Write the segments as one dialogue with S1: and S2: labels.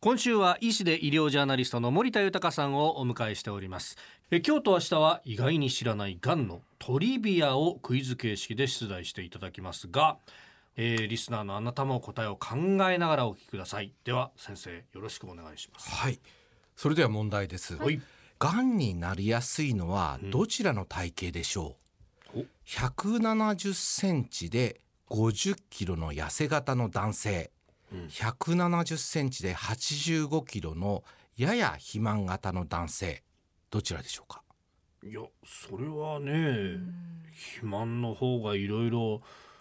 S1: 今週は医師で医療ジャーナリストの森田豊さんをお迎えしておりますえ今日と明日は意外に知らないがんのトリビアをクイズ形式で出題していただきますが、えーリスナーのあなたも答えを考えながらお聞きくださいでは先生よろしくお願いします
S2: はい。それでは問題です。
S1: はい
S2: がんになりやすいのはどちらの体型でしょう、
S1: お
S2: ?170 センチで50キロの痩せ型の男性、170センチで85キロのやや肥満型の男性、どちらでしょうか
S1: いやそれはね肥満の方がいろいろ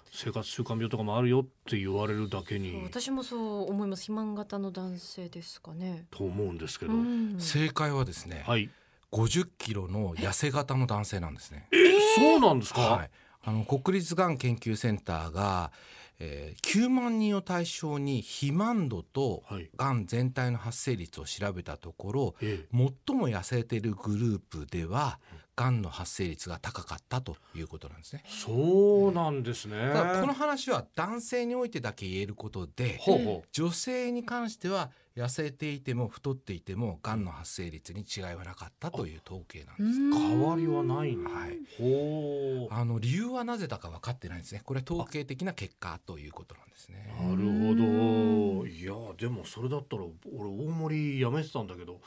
S1: 生活習慣病とかもあるよって言われるだけ
S3: そう
S1: に
S3: 私もそう思います肥満型の男性ですかね
S1: と思うんですけど、
S3: うん
S2: 正解はですね、
S1: はい
S2: 50キロの痩せ型の男性なんですね。
S1: えそうなんですか、
S2: はい、あの国立がん研究センターが、えー9万人を対象に肥満度と
S1: はい
S2: がん全体の発生率を調べたところ
S1: ええ
S2: 最も痩せているグループではがんの発生率が高かったということなんですね。
S1: そうなんですね。
S2: ただこの話は男性においてだけ言えることで
S1: ほうほ
S2: 女性に関しては痩せていても太っていてもがんの発生率に違いはなかったという統計なんです。
S1: う変わりはないんだ。
S2: はい
S1: ほう。
S2: あの理由はなぜだか分かってないんですね。これは統計的な結果ということなんですね。
S1: なるほど。いやでもそれだったら俺大盛りやめてたんだけど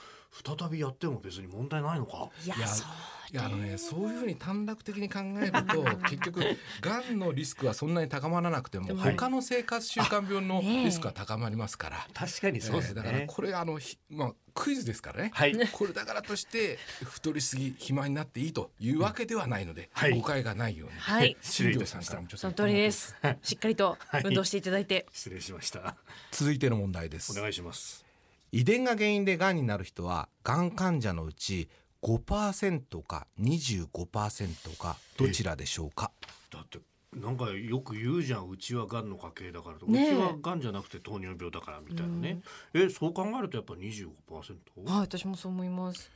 S1: 再びやっても別に問題ないのか。
S3: いや
S2: いや
S3: そう
S2: いやあのね、そういうふうに短絡的に考えると 結局がんのリスクはそんなに高まらなくて
S3: で
S2: も
S3: も
S2: 他の生活習慣病の
S3: あねえ
S2: リスクは高まりますから。
S1: 確かに
S2: えーだからこれあの、ひまあ、クイズですからね、
S1: はい。
S2: これだからとして太りすぎ肥満になっていいというわけではないので、
S1: はい
S2: 誤解がないように、
S3: はい
S1: 失礼いたし
S2: さ
S1: ま
S2: ん
S1: し
S2: か
S1: た
S2: らも。ちょっ
S3: そ
S2: と
S3: の通りですしっかりと
S1: はい
S3: 運動していただいて、
S1: 失礼しました。
S2: 続いての問題です
S1: お願いします。
S2: 遺伝が原因でがんになる人はがん患者のうち5%か25%かどちらでしょうか
S1: だってなんかよく言うじゃんうちはがんの家系だからと、
S3: ねえ
S1: うちはがんじゃなくて糖尿病だからみたいなね。えそう考えるとやっぱ25%。
S3: はい私もそう思います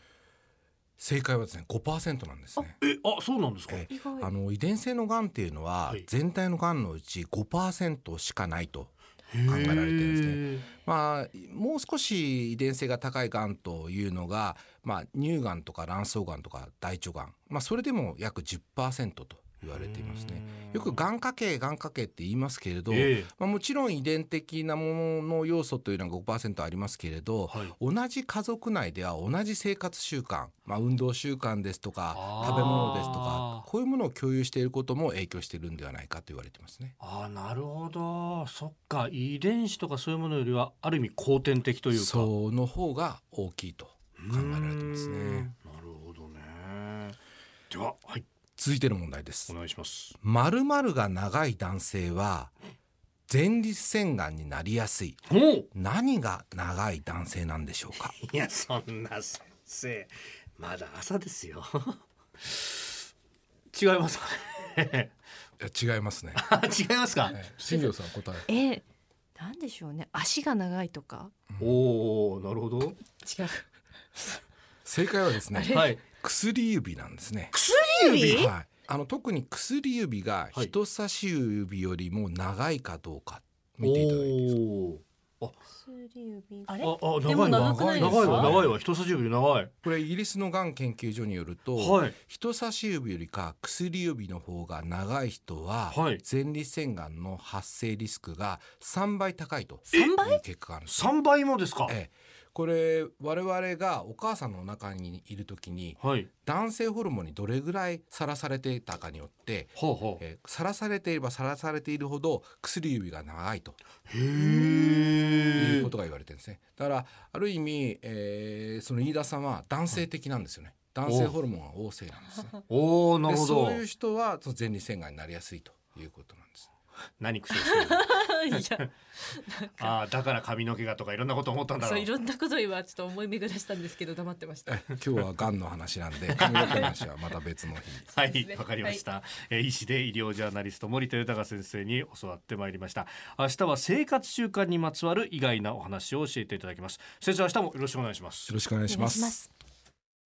S2: 正解はですね5%なんですね
S1: えあそうなんですか。
S2: え
S3: 意外
S2: あの遺伝性のがんっていうのは、
S1: はい
S2: 全体のがんのうち5%しかないと考えられてるんですね
S1: へえ
S2: まあもう少し遺伝性が高いがんというのが、まあ、乳がんとか卵巣がんとか大腸がん、まあ、それでも約10%と言われていますね。よくがん家系がん家系って言いますけれど、
S1: ええ
S2: まあ、もちろん遺伝的なものの要素というのが5%ありますけれど、
S1: はい
S2: 同じ家族内では同じ生活習慣、まあ、運動習慣ですとか
S1: あー
S2: 食べ物ですとかこういうものを共有していることも影響しているんではないかと言われてますね。
S1: あーなるほどそっか遺伝子とかそういうものよりはある意味後天的というかう
S2: その方が大きいと考えられてます
S1: ーん
S2: ね。
S1: なるほどねでははい
S2: 続いての問題で
S1: お
S2: す。
S1: 願いします
S2: 〇〇が長い男性は前立腺がんになりやすい。
S1: おい
S2: 何が長い男性なんでしょ うか。
S1: やそんな先生まだ朝ですよ 違いますかね
S2: いや違いますね。
S1: あ違いますか、
S2: 新庄さん答え。
S3: えなんでしょうね足が長いとか
S1: おおなるほど
S3: 違う
S2: 正解はですね。
S1: はい
S2: 薬指なんですね。
S3: 指
S2: はい。あの特に薬指が
S1: はい
S2: 人差し指よりも長いかどうか見ていただいていいですか。
S3: 薬指あ
S1: お
S3: れ
S1: ーああ
S3: で
S1: 長
S3: も
S1: いわ
S3: 長くないです
S1: 長いわ
S3: か
S1: 長いわ人差し指長い
S2: これイギリスのがん研究所によると、
S1: はい
S2: 人差し指よりか薬指の方が長い人は、
S1: はい
S2: 前立腺がんの発生リスクが3倍高いと
S3: 3
S2: いう
S3: 倍
S2: 結果があるんですよ。
S1: 三倍もですか
S2: ええこれ我々がお母さんのお腹にいる時に
S1: はい
S2: 男性ホルモンにどれぐらいさらされていたかによって
S1: ほうほう
S2: えーさらされていればさらされているほど薬指が長いとい
S1: へ
S2: う
S1: え
S2: ことが言われてるんですね。だからある意味、えーその飯田さんは男性的なんですよね。男性ホルモンが旺盛なんですね。
S1: おおな
S2: で
S1: るほ
S2: そ
S1: ど
S2: ういう人はその前立腺がんになりやすいということなんです。
S1: 何苦笑してる
S3: いや
S1: ああだから髪の毛がとかいろんなこと思ったんだろ
S3: そうういろんなことを今ちょっと思い巡らしたんですけど黙ってました
S2: え今日はがんの話なんで髪の毛の話はまた別の日に。
S1: は
S3: です
S1: い
S3: ね
S1: わかりました、えー医師で医療ジャーナリスト森田豊先生に教わってまいりました明日は生活習慣にまつわる意外なお話を教えていただきます先生明日もよろしくお願いします
S2: よろしくお願いします。
S3: お願いします